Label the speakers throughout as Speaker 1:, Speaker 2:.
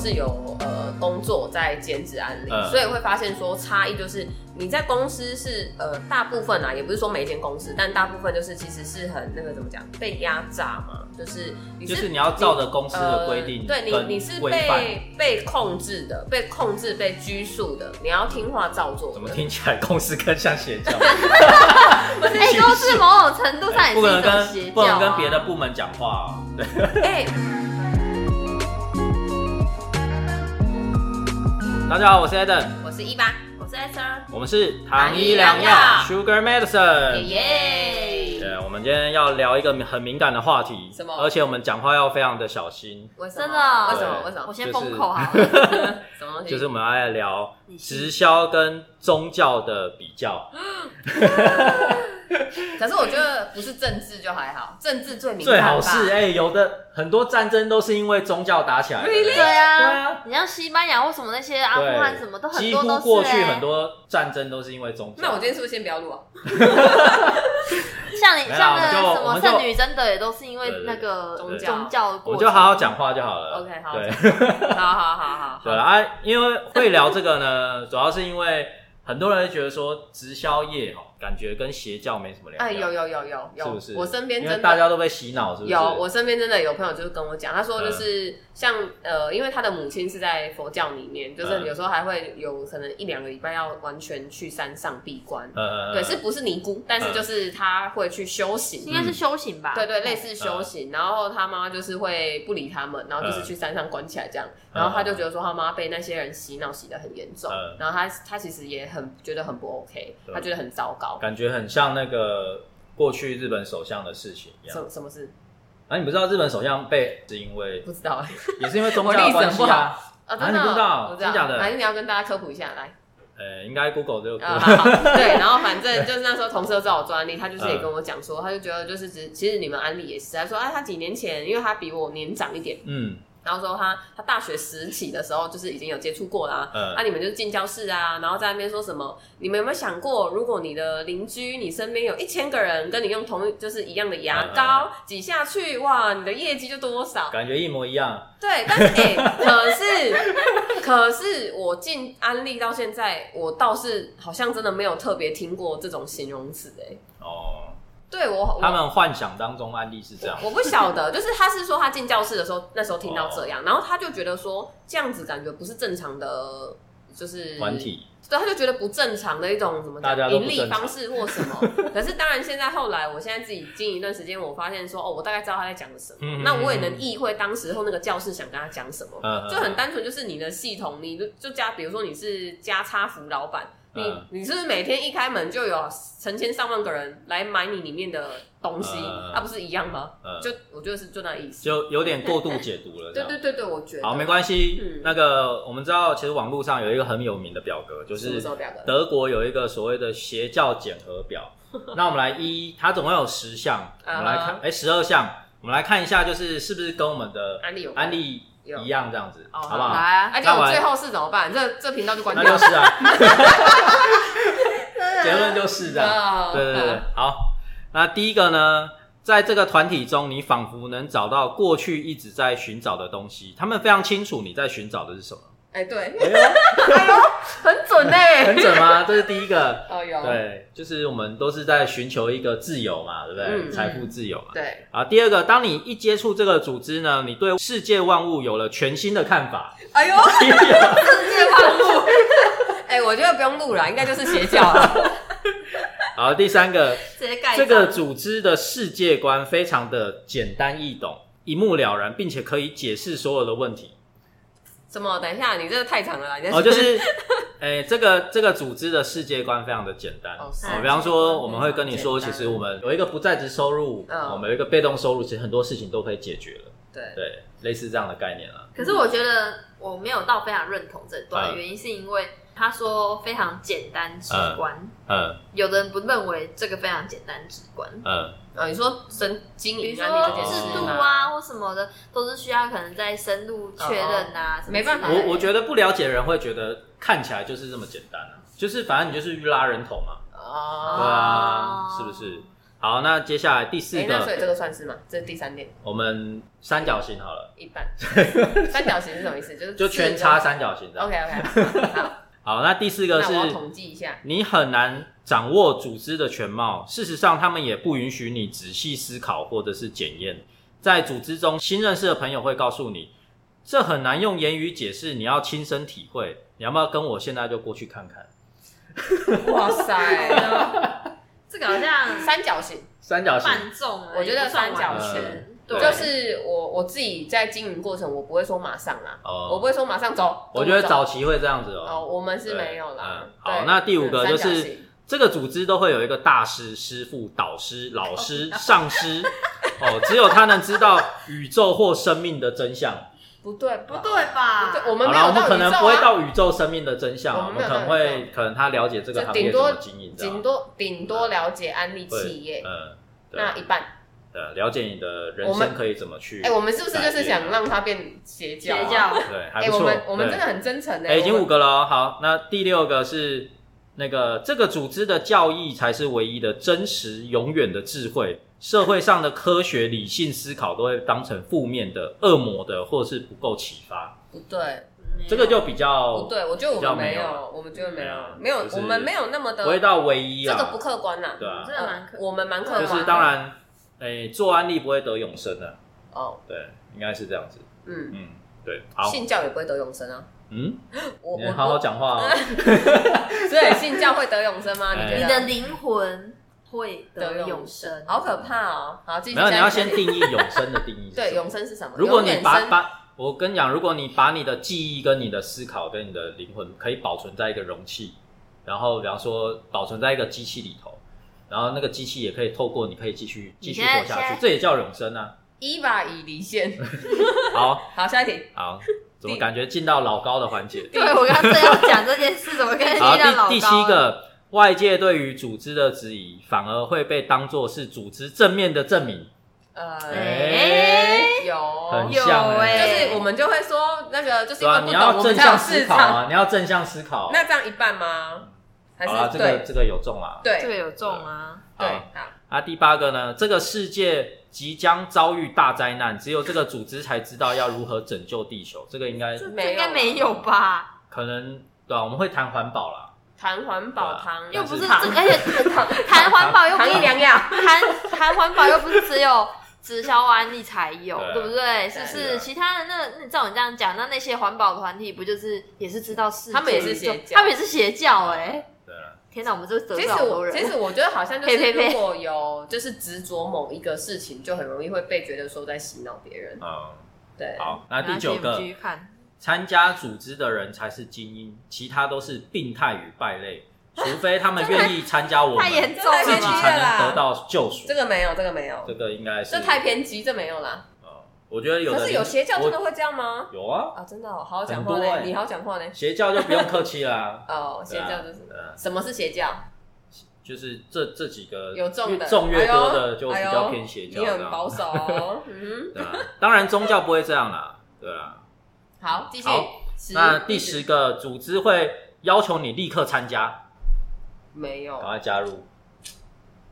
Speaker 1: 是有呃工作在兼职案例，
Speaker 2: 嗯
Speaker 1: 所以会发现说差异就是你在公司是呃大部分啊，也不是说每一间公司，但大部分就是其实是很那个怎么讲被压榨嘛，就是你
Speaker 2: 就是是你要照着公司的规定、
Speaker 1: 呃、对你你是
Speaker 2: 规范。
Speaker 1: 被被控制的，被控制被拘束的，你要听话照做的。
Speaker 2: 怎么听起来公司更像邪 教？
Speaker 3: 哎，都是某种程度上也是
Speaker 2: 不能
Speaker 3: 一种邪
Speaker 2: 跟
Speaker 3: 教
Speaker 2: 不能
Speaker 3: 啊
Speaker 2: 跟别的部门讲话、哦。对，
Speaker 1: 哎、
Speaker 2: 大家好，我是 Eden，
Speaker 1: 我是一八，
Speaker 3: 我是 S 二，
Speaker 2: 我们是
Speaker 1: 糖衣良药
Speaker 2: Sugar Medicine。
Speaker 3: 耶耶，
Speaker 2: 对，我们今天要聊一个很敏感的话题，
Speaker 1: 什么
Speaker 2: 而且我们讲话要非常的小心，
Speaker 1: 为什么？
Speaker 3: 真的？
Speaker 1: 为什么？
Speaker 2: 对
Speaker 1: 为什
Speaker 3: 我
Speaker 1: 么？
Speaker 3: 先
Speaker 2: 就是
Speaker 3: 封口好了。
Speaker 1: 什么东西？
Speaker 2: 就是我们要来聊
Speaker 3: 你信
Speaker 2: 直销跟宗教的比较。
Speaker 1: 可是我觉得不是政治就还好，政治最敏
Speaker 2: 最
Speaker 1: 感吧。
Speaker 2: 好是哎、有的很多战争都是因为宗教打起来的。
Speaker 3: 对
Speaker 2: 对
Speaker 3: 啊
Speaker 2: 啊，
Speaker 3: 你像西班牙或什么那些阿富汗什么都很
Speaker 2: 几
Speaker 3: 多
Speaker 2: 乎
Speaker 3: 都是
Speaker 2: 过去
Speaker 3: 欸
Speaker 2: 很多战争都是因为宗教。
Speaker 1: 那我今天是不是先不要录啊？
Speaker 3: 欸像你
Speaker 2: 没有啊
Speaker 3: 像那
Speaker 2: 我们就
Speaker 3: 个什
Speaker 2: 我
Speaker 3: 么
Speaker 2: 们就
Speaker 3: 圣女贞德也都是因为那个
Speaker 1: 对对对
Speaker 3: 宗教的
Speaker 2: 我
Speaker 3: 过
Speaker 2: 们
Speaker 3: 程，
Speaker 2: 就好好讲话就好了。
Speaker 1: OK，好
Speaker 2: 呃对
Speaker 1: 好好好好好。
Speaker 2: 对啊，因为会聊这个呢，主要是因为很多人会觉得说直销业哦，感觉跟邪教没什么两样。
Speaker 1: 哎，有有有有有，
Speaker 2: 是不是？
Speaker 1: 我身边
Speaker 2: 因为
Speaker 1: 真
Speaker 2: 大
Speaker 1: 的。
Speaker 2: 家都被洗脑，是不是？嗯
Speaker 1: 有，我身边真的有朋友就是跟我讲，他说就是像、呃，因为他的母亲是在佛教里面，就是
Speaker 2: 嗯
Speaker 1: 有时候还会有可能一两个礼拜要完全去山上闭关，
Speaker 2: 呃，
Speaker 1: 对，是不是尼姑？但是
Speaker 2: 嗯
Speaker 1: 就是他会去修行，
Speaker 3: 应该是修行吧？
Speaker 1: 对对，类
Speaker 2: 嗯
Speaker 1: 似修行，然后他妈就是会不理他们，然后就是去山上关起来这样，然后他就觉得说他妈被那些人洗脑洗得很严重
Speaker 2: 嗯，
Speaker 1: 然后他他其实也很觉得很不 OK，
Speaker 2: 对
Speaker 1: 他觉得很糟糕。
Speaker 2: 感觉很像那个过去日本首相的事情一样。
Speaker 1: 什什么事？
Speaker 2: 啊，你不知道日本首相被是因为
Speaker 1: 不知道 哎，
Speaker 2: 也是因为宗
Speaker 1: 我
Speaker 2: 教
Speaker 1: 历史
Speaker 2: 的关
Speaker 1: 不
Speaker 2: 系啊
Speaker 1: 好。啊，
Speaker 2: 啊
Speaker 1: 真的
Speaker 2: 你
Speaker 1: 哦
Speaker 2: 不知道
Speaker 1: 我知道，
Speaker 2: 真假的
Speaker 1: 反正你要跟大家科普一下 来。
Speaker 2: 呃，应该 Google 这个
Speaker 1: 啊，
Speaker 2: Google
Speaker 1: 好好对，然后反正就是那时候同事都知道我做安利，他就是也跟我讲说，他就觉得就是只其实你们安利也是，他说啊，他几年前，因为他比我年长一点，
Speaker 2: 嗯
Speaker 1: 然后说他他大学时期的时候就是已经有接触过啦、
Speaker 2: 嗯
Speaker 1: 啊，你们就是进教室啊，然后在那边说什么？你们有没有想过，如果你的邻居、你身边有一千个人跟你用同一就是一样的牙
Speaker 2: 嗯
Speaker 1: 膏挤下去，哇，你的业绩就多少？
Speaker 2: 感觉一模一样。
Speaker 1: 对，但是哎、可是可是我进安利到现在，我倒是好像真的没有特别听过这种形容词哎、
Speaker 2: 哦，
Speaker 1: 对我，我
Speaker 2: 他们幻想当中案例是这样。
Speaker 1: 我不晓得，就是他是说他进教室的时候，那时候听到这
Speaker 2: 哦
Speaker 1: 样，然后他就觉得说这样子感觉不是正常的，就是
Speaker 2: 团，体
Speaker 1: 对，他就觉得不正常的一种怎么
Speaker 2: 大家
Speaker 1: 讲
Speaker 2: 都不
Speaker 1: 盈
Speaker 2: 正
Speaker 1: 利
Speaker 2: 常
Speaker 1: 方式或什么。可是当然，现在后来我现在自己经营一段时间，我发现说哦，我大概知道他在讲什么，
Speaker 2: 嗯
Speaker 1: 那我也能意会当时候那个教室想跟他讲什么，
Speaker 2: 嗯嗯
Speaker 1: 就很单纯，就是你的系统，你就就加，比如说你是加差服老板。你
Speaker 2: 嗯
Speaker 1: 你是不是每天一开门就有成千上万个人来买你里面的东西，啊
Speaker 2: 嗯嗯嗯
Speaker 1: 那、不是一样吗？
Speaker 2: 呃，
Speaker 1: 就我觉得是就那意思。
Speaker 2: 就有点过度解读了。这
Speaker 1: 对
Speaker 2: 样。
Speaker 1: 对对对，我觉得
Speaker 2: 好，没关系。
Speaker 1: 嗯
Speaker 2: 那个我们知道，其实网络上有一个很有名的表格，就
Speaker 1: 什么
Speaker 2: 是
Speaker 1: 时候表格？
Speaker 2: 德国有一个所谓的邪教检核表。那我们来一，它总共有十项，我们来
Speaker 1: 啊
Speaker 2: 看
Speaker 1: 哈，
Speaker 2: 哎，十二项，我们来看一下，就是是不是跟我们的
Speaker 1: 安利有关
Speaker 2: 安利
Speaker 1: 有
Speaker 2: 一样这样子，
Speaker 1: 哦
Speaker 2: 好不
Speaker 1: 好
Speaker 2: 好？
Speaker 3: 来啊，
Speaker 1: 哎，这
Speaker 2: 那我
Speaker 1: 我
Speaker 2: 来
Speaker 1: 最后是怎么办？这这频道就关
Speaker 2: 那
Speaker 1: 掉。
Speaker 2: 就是 啊，结论就是这样。
Speaker 1: 啊
Speaker 2: 对对对对，好。那第一个呢，在这个团体中，你仿佛能找到过去一直在寻找的东西，他们非常清楚你在寻找的是 什么。
Speaker 1: 哎对，
Speaker 2: 哎呦，
Speaker 1: 很准哎。
Speaker 2: 很准吗？这是第一个。
Speaker 1: 哦有。
Speaker 2: 对，就是我们都是在寻求一个自由嘛，对不对？
Speaker 1: 嗯
Speaker 2: 财富自由嘛。
Speaker 1: 对，
Speaker 2: 啊，第二个，当你一接触这个组织呢，你对世界万物有了全新的看法。
Speaker 1: 哎呦，世界万物。哎，我觉得不用录了，应该就是邪教了。
Speaker 2: 好，第三个，
Speaker 3: 直接盖
Speaker 2: 这个组织的世界观非常的简单易懂，一目了然，并且可以解释所有的问题。
Speaker 1: 什么？等一下，你这个太长了啦。你
Speaker 2: 哦，就是，诶、这个这个组织的世界观非常的简单。哦
Speaker 1: 哦是，
Speaker 2: 比方说，我们会跟你说，
Speaker 1: 非
Speaker 2: 其
Speaker 1: 常简单
Speaker 2: 实我们有一个不在职收入，
Speaker 1: 嗯
Speaker 2: 我们有一个被动收入，其实很多事情都可以解决了。
Speaker 1: 对，
Speaker 2: 对，类似这样的概念啊。
Speaker 3: 可是我觉得我没有到非常认同这段，
Speaker 2: 嗯
Speaker 3: 原因是因为他说非常简单直观，
Speaker 2: 嗯
Speaker 3: 有的人不认为这个非常简单直观。
Speaker 2: 嗯
Speaker 1: 啊，你说神经
Speaker 3: 比如
Speaker 1: 营
Speaker 3: 说
Speaker 1: 安利这件
Speaker 3: 制
Speaker 1: 事
Speaker 3: 度
Speaker 1: 吗？
Speaker 3: 啊或什么的，都是需要可能再深入确认啊，什么之类的
Speaker 1: 没办法哎
Speaker 2: 嗯我我觉得不了解的人会觉得看起来就是这么简单啊，就是反正你就是去拉人头嘛，
Speaker 1: 哦
Speaker 2: 对啊，
Speaker 3: 哦
Speaker 2: 是不是？好，那接下来第四
Speaker 1: 哎，那所
Speaker 2: 个，
Speaker 1: 以这个算是吗？这是第三点，
Speaker 2: 我们三角形好了，
Speaker 1: 一 半。三角形是什么意思？就是
Speaker 2: 就圈叉。三角形这样。
Speaker 1: OK OK，好，
Speaker 2: 好，那第四个
Speaker 1: 那我要
Speaker 2: 是
Speaker 1: 统计一下。
Speaker 2: 你很难掌握组织的全貌，事实上他们也不允许你仔细思考或者是检验。在组织中，新认识的朋友会告诉你，这很难用言语解释，你要亲身体会。你要不要跟我现在就过去看看？
Speaker 1: 哇塞，那
Speaker 3: 这个好像
Speaker 1: 三角形
Speaker 2: 三角形，
Speaker 3: 半重而已，
Speaker 1: 我觉得三角
Speaker 2: 形
Speaker 3: 不算完全
Speaker 2: 对
Speaker 1: 就是我我自己在经营过程，我不会说马上啦，我
Speaker 2: 哦
Speaker 1: 不，会说马上走。
Speaker 2: 我觉得
Speaker 1: 跟走
Speaker 2: 早期会这样子
Speaker 1: 哦，
Speaker 2: 哦。
Speaker 1: 我们是没有啦
Speaker 2: 嗯。
Speaker 1: 对
Speaker 2: 好那第五个
Speaker 1: 嗯
Speaker 2: 就是
Speaker 1: 三角形
Speaker 2: 这个组织都会有一个大师、师傅、导师、老师、上师，哦，只有他能知道宇宙或生命的真相。
Speaker 1: 不对吧，
Speaker 3: 不对吧？
Speaker 1: 对，我们
Speaker 2: 好
Speaker 1: 没
Speaker 2: 了，我
Speaker 1: 有到
Speaker 2: 们可
Speaker 1: 宇宙
Speaker 2: 能不会
Speaker 1: 啊，
Speaker 2: 到宇宙生命的真相啊，我
Speaker 1: 我
Speaker 2: 们
Speaker 1: 们
Speaker 2: 可
Speaker 1: 没有
Speaker 2: 能
Speaker 1: 到宇
Speaker 2: 会
Speaker 1: 宙
Speaker 2: 可能他了解这个行业
Speaker 1: 顶
Speaker 2: 怎
Speaker 1: 多
Speaker 2: 么经营，这样
Speaker 1: 顶多顶多了解安利
Speaker 2: 对
Speaker 1: 企业
Speaker 2: 嗯，对
Speaker 1: 那一半。
Speaker 2: 呃了解你的人
Speaker 1: 我
Speaker 2: 生
Speaker 1: 们
Speaker 2: 可以怎么去
Speaker 1: 哎，，我们是不是就是想让它变邪教啊？
Speaker 3: 邪教
Speaker 2: 对，还
Speaker 1: 哎，
Speaker 2: 不
Speaker 1: 我
Speaker 2: 错
Speaker 1: 们，我们
Speaker 2: 对
Speaker 1: 真的很真诚的。欸
Speaker 2: 哎已经
Speaker 1: 我
Speaker 2: 五
Speaker 1: 们
Speaker 2: 个了哦，好，那第六个是那个这个组织的教义才是唯一的真实永远的智慧。社会上的科学理性思考都会当成负面的、恶魔的，或是不够启发，
Speaker 1: 不对，
Speaker 3: 没有
Speaker 2: 这个就比
Speaker 1: 不
Speaker 2: 较
Speaker 1: 对，我觉得我
Speaker 2: 哦比较
Speaker 1: 们
Speaker 2: 没
Speaker 1: 没
Speaker 2: 有
Speaker 1: 有，我们觉得没有，
Speaker 2: 嗯
Speaker 1: 没有
Speaker 2: 就，是
Speaker 1: 我们没有那么
Speaker 2: 不
Speaker 1: 的
Speaker 2: 会到唯一
Speaker 1: 这
Speaker 2: 啊，
Speaker 1: 个不客观呐。
Speaker 2: 对啊
Speaker 3: 真的蛮客
Speaker 1: 呃我们蛮客观
Speaker 2: 就
Speaker 1: 的。
Speaker 2: 是当然，诶、做安利不会得永生的、
Speaker 1: 哦，
Speaker 2: 对，应该是这样子。
Speaker 1: 嗯，
Speaker 2: 嗯，对，好，
Speaker 1: 信教也不会得永生啊。
Speaker 2: 嗯，
Speaker 1: 我
Speaker 2: 你
Speaker 1: 我
Speaker 2: 好好讲话、哦。
Speaker 1: 我 所以信教会得永生吗？
Speaker 2: 哎
Speaker 1: 你
Speaker 3: 你
Speaker 1: 觉
Speaker 3: 的
Speaker 1: 得？
Speaker 3: 灵魂会得永生，
Speaker 1: 好可怕哦！好，继续
Speaker 2: 没有，
Speaker 1: 下一
Speaker 2: 你
Speaker 1: 个
Speaker 2: 要先定义永生的定义是什么。
Speaker 1: 对永生是什么？
Speaker 2: 如果你
Speaker 1: 永远
Speaker 2: 把
Speaker 1: 生
Speaker 2: 把，我跟你讲，如果你把你的记忆跟你的思考跟你的灵魂可以保存在一个容器，然后比方说保存在一个机器里头，然后那个机器也可以透过你可以继续继续
Speaker 3: 你现在
Speaker 2: 活下
Speaker 3: 现
Speaker 2: 去，
Speaker 3: 在
Speaker 2: 这也叫永生啊。
Speaker 1: 伊娃已离线。
Speaker 2: 好
Speaker 1: 好，下一题。
Speaker 2: 好，怎么
Speaker 1: 第
Speaker 2: 感觉进到老高的环 节？
Speaker 3: 对我刚刚正要讲这件事，怎么跟你
Speaker 2: 好，
Speaker 3: 到老
Speaker 2: 第第七个，外界对于组织的质疑，反而会被当做是组织正面的证明，
Speaker 1: 呃，
Speaker 2: 哎、很
Speaker 1: 有，
Speaker 2: 像
Speaker 3: 有
Speaker 1: 就
Speaker 2: 哎、
Speaker 3: 欸
Speaker 1: 是我们就会说那个，就是
Speaker 2: 对
Speaker 1: 因为
Speaker 2: 啊，
Speaker 1: 不懂，我
Speaker 2: 你要正
Speaker 1: 们才有
Speaker 2: 向思
Speaker 1: 市
Speaker 2: 考
Speaker 1: 场。
Speaker 2: 啊，你要正向思考。啊
Speaker 1: 那这样一半吗？还
Speaker 2: 好啦，
Speaker 1: 是
Speaker 2: 这个
Speaker 1: 对
Speaker 2: 这个有中啦。
Speaker 1: 对
Speaker 3: 这个
Speaker 1: 对
Speaker 3: 有中啊，
Speaker 2: 好
Speaker 1: 好？
Speaker 2: 啊，第八个呢，这个世界即将遭遇大灾难，只有这个组织才知道要如何拯救地球。这个应该
Speaker 1: 这
Speaker 3: 这应该
Speaker 1: 没
Speaker 3: 没
Speaker 1: 有啊
Speaker 3: 有 吧？
Speaker 2: 可能对啊吧、我们会谈环保啦，
Speaker 1: 谈环保糖
Speaker 2: 对啊
Speaker 3: 又不是这，
Speaker 1: 糖
Speaker 3: 而且呃谈环保又不
Speaker 1: 糖
Speaker 3: 是
Speaker 1: 一良药。
Speaker 3: 谈谈环保又不是只有直销安利才有
Speaker 2: 对啊，
Speaker 3: 对不对？
Speaker 1: 对
Speaker 3: 是
Speaker 1: 啊
Speaker 3: 不
Speaker 2: 对啊
Speaker 3: 是？其他的那那照你这样讲，那那些环保团体不就是也是知道世界
Speaker 1: 他们也是邪教
Speaker 3: 他们也是邪教哎！
Speaker 2: 对啊
Speaker 3: 天哪，我们这得
Speaker 1: 其
Speaker 3: 罪
Speaker 1: 实
Speaker 3: 好多
Speaker 1: 我
Speaker 3: 人。
Speaker 1: 其实我觉得好像就
Speaker 3: 呸
Speaker 1: 是
Speaker 3: 呸
Speaker 1: 如
Speaker 3: 呸
Speaker 1: 果有就是执着某一个事情，就很容易会被觉得说在洗脑别人。
Speaker 2: 嗯，
Speaker 1: 对，
Speaker 2: 好，那第九
Speaker 3: 然后
Speaker 2: 个
Speaker 3: 继续看，
Speaker 2: 参加组织的人才是精英，其他都是病态与败类，除非 他们愿意参加我们，
Speaker 3: 太
Speaker 2: 自
Speaker 3: 严重了
Speaker 2: 己
Speaker 1: 这太
Speaker 3: 吧？
Speaker 2: 才能得到救赎
Speaker 1: 这。个没有，这个没有
Speaker 2: 这，个应该是
Speaker 1: 这太偏激，这没有啦。
Speaker 2: 呃我觉得有的
Speaker 1: 可是有邪教真的
Speaker 2: 我
Speaker 1: 会这样吗？
Speaker 2: 有啊，
Speaker 1: 啊，真的哦，好好讲话
Speaker 2: 很多欸
Speaker 1: 嘞，你好好讲话嘞。。
Speaker 2: 邪教就不用客气啦
Speaker 1: 哦，邪
Speaker 2: 对啊
Speaker 1: 教就是
Speaker 2: 呃，
Speaker 1: 什么是邪教？
Speaker 2: 就是这这几个
Speaker 1: 有重的
Speaker 2: 重越多
Speaker 1: 哎
Speaker 2: 的
Speaker 1: 呦
Speaker 2: 就比
Speaker 1: 哎
Speaker 2: 较
Speaker 1: 呦
Speaker 2: 偏邪教
Speaker 1: 你
Speaker 2: 这
Speaker 1: 很保
Speaker 2: 样。
Speaker 1: 守 哦。嗯，
Speaker 2: 对啊，当然宗教不会这样啦，对啊。
Speaker 1: 好，继续
Speaker 2: 好。
Speaker 1: 十
Speaker 2: 那第十个组织会要求你立刻参加，
Speaker 1: 没有
Speaker 2: 赶快加入。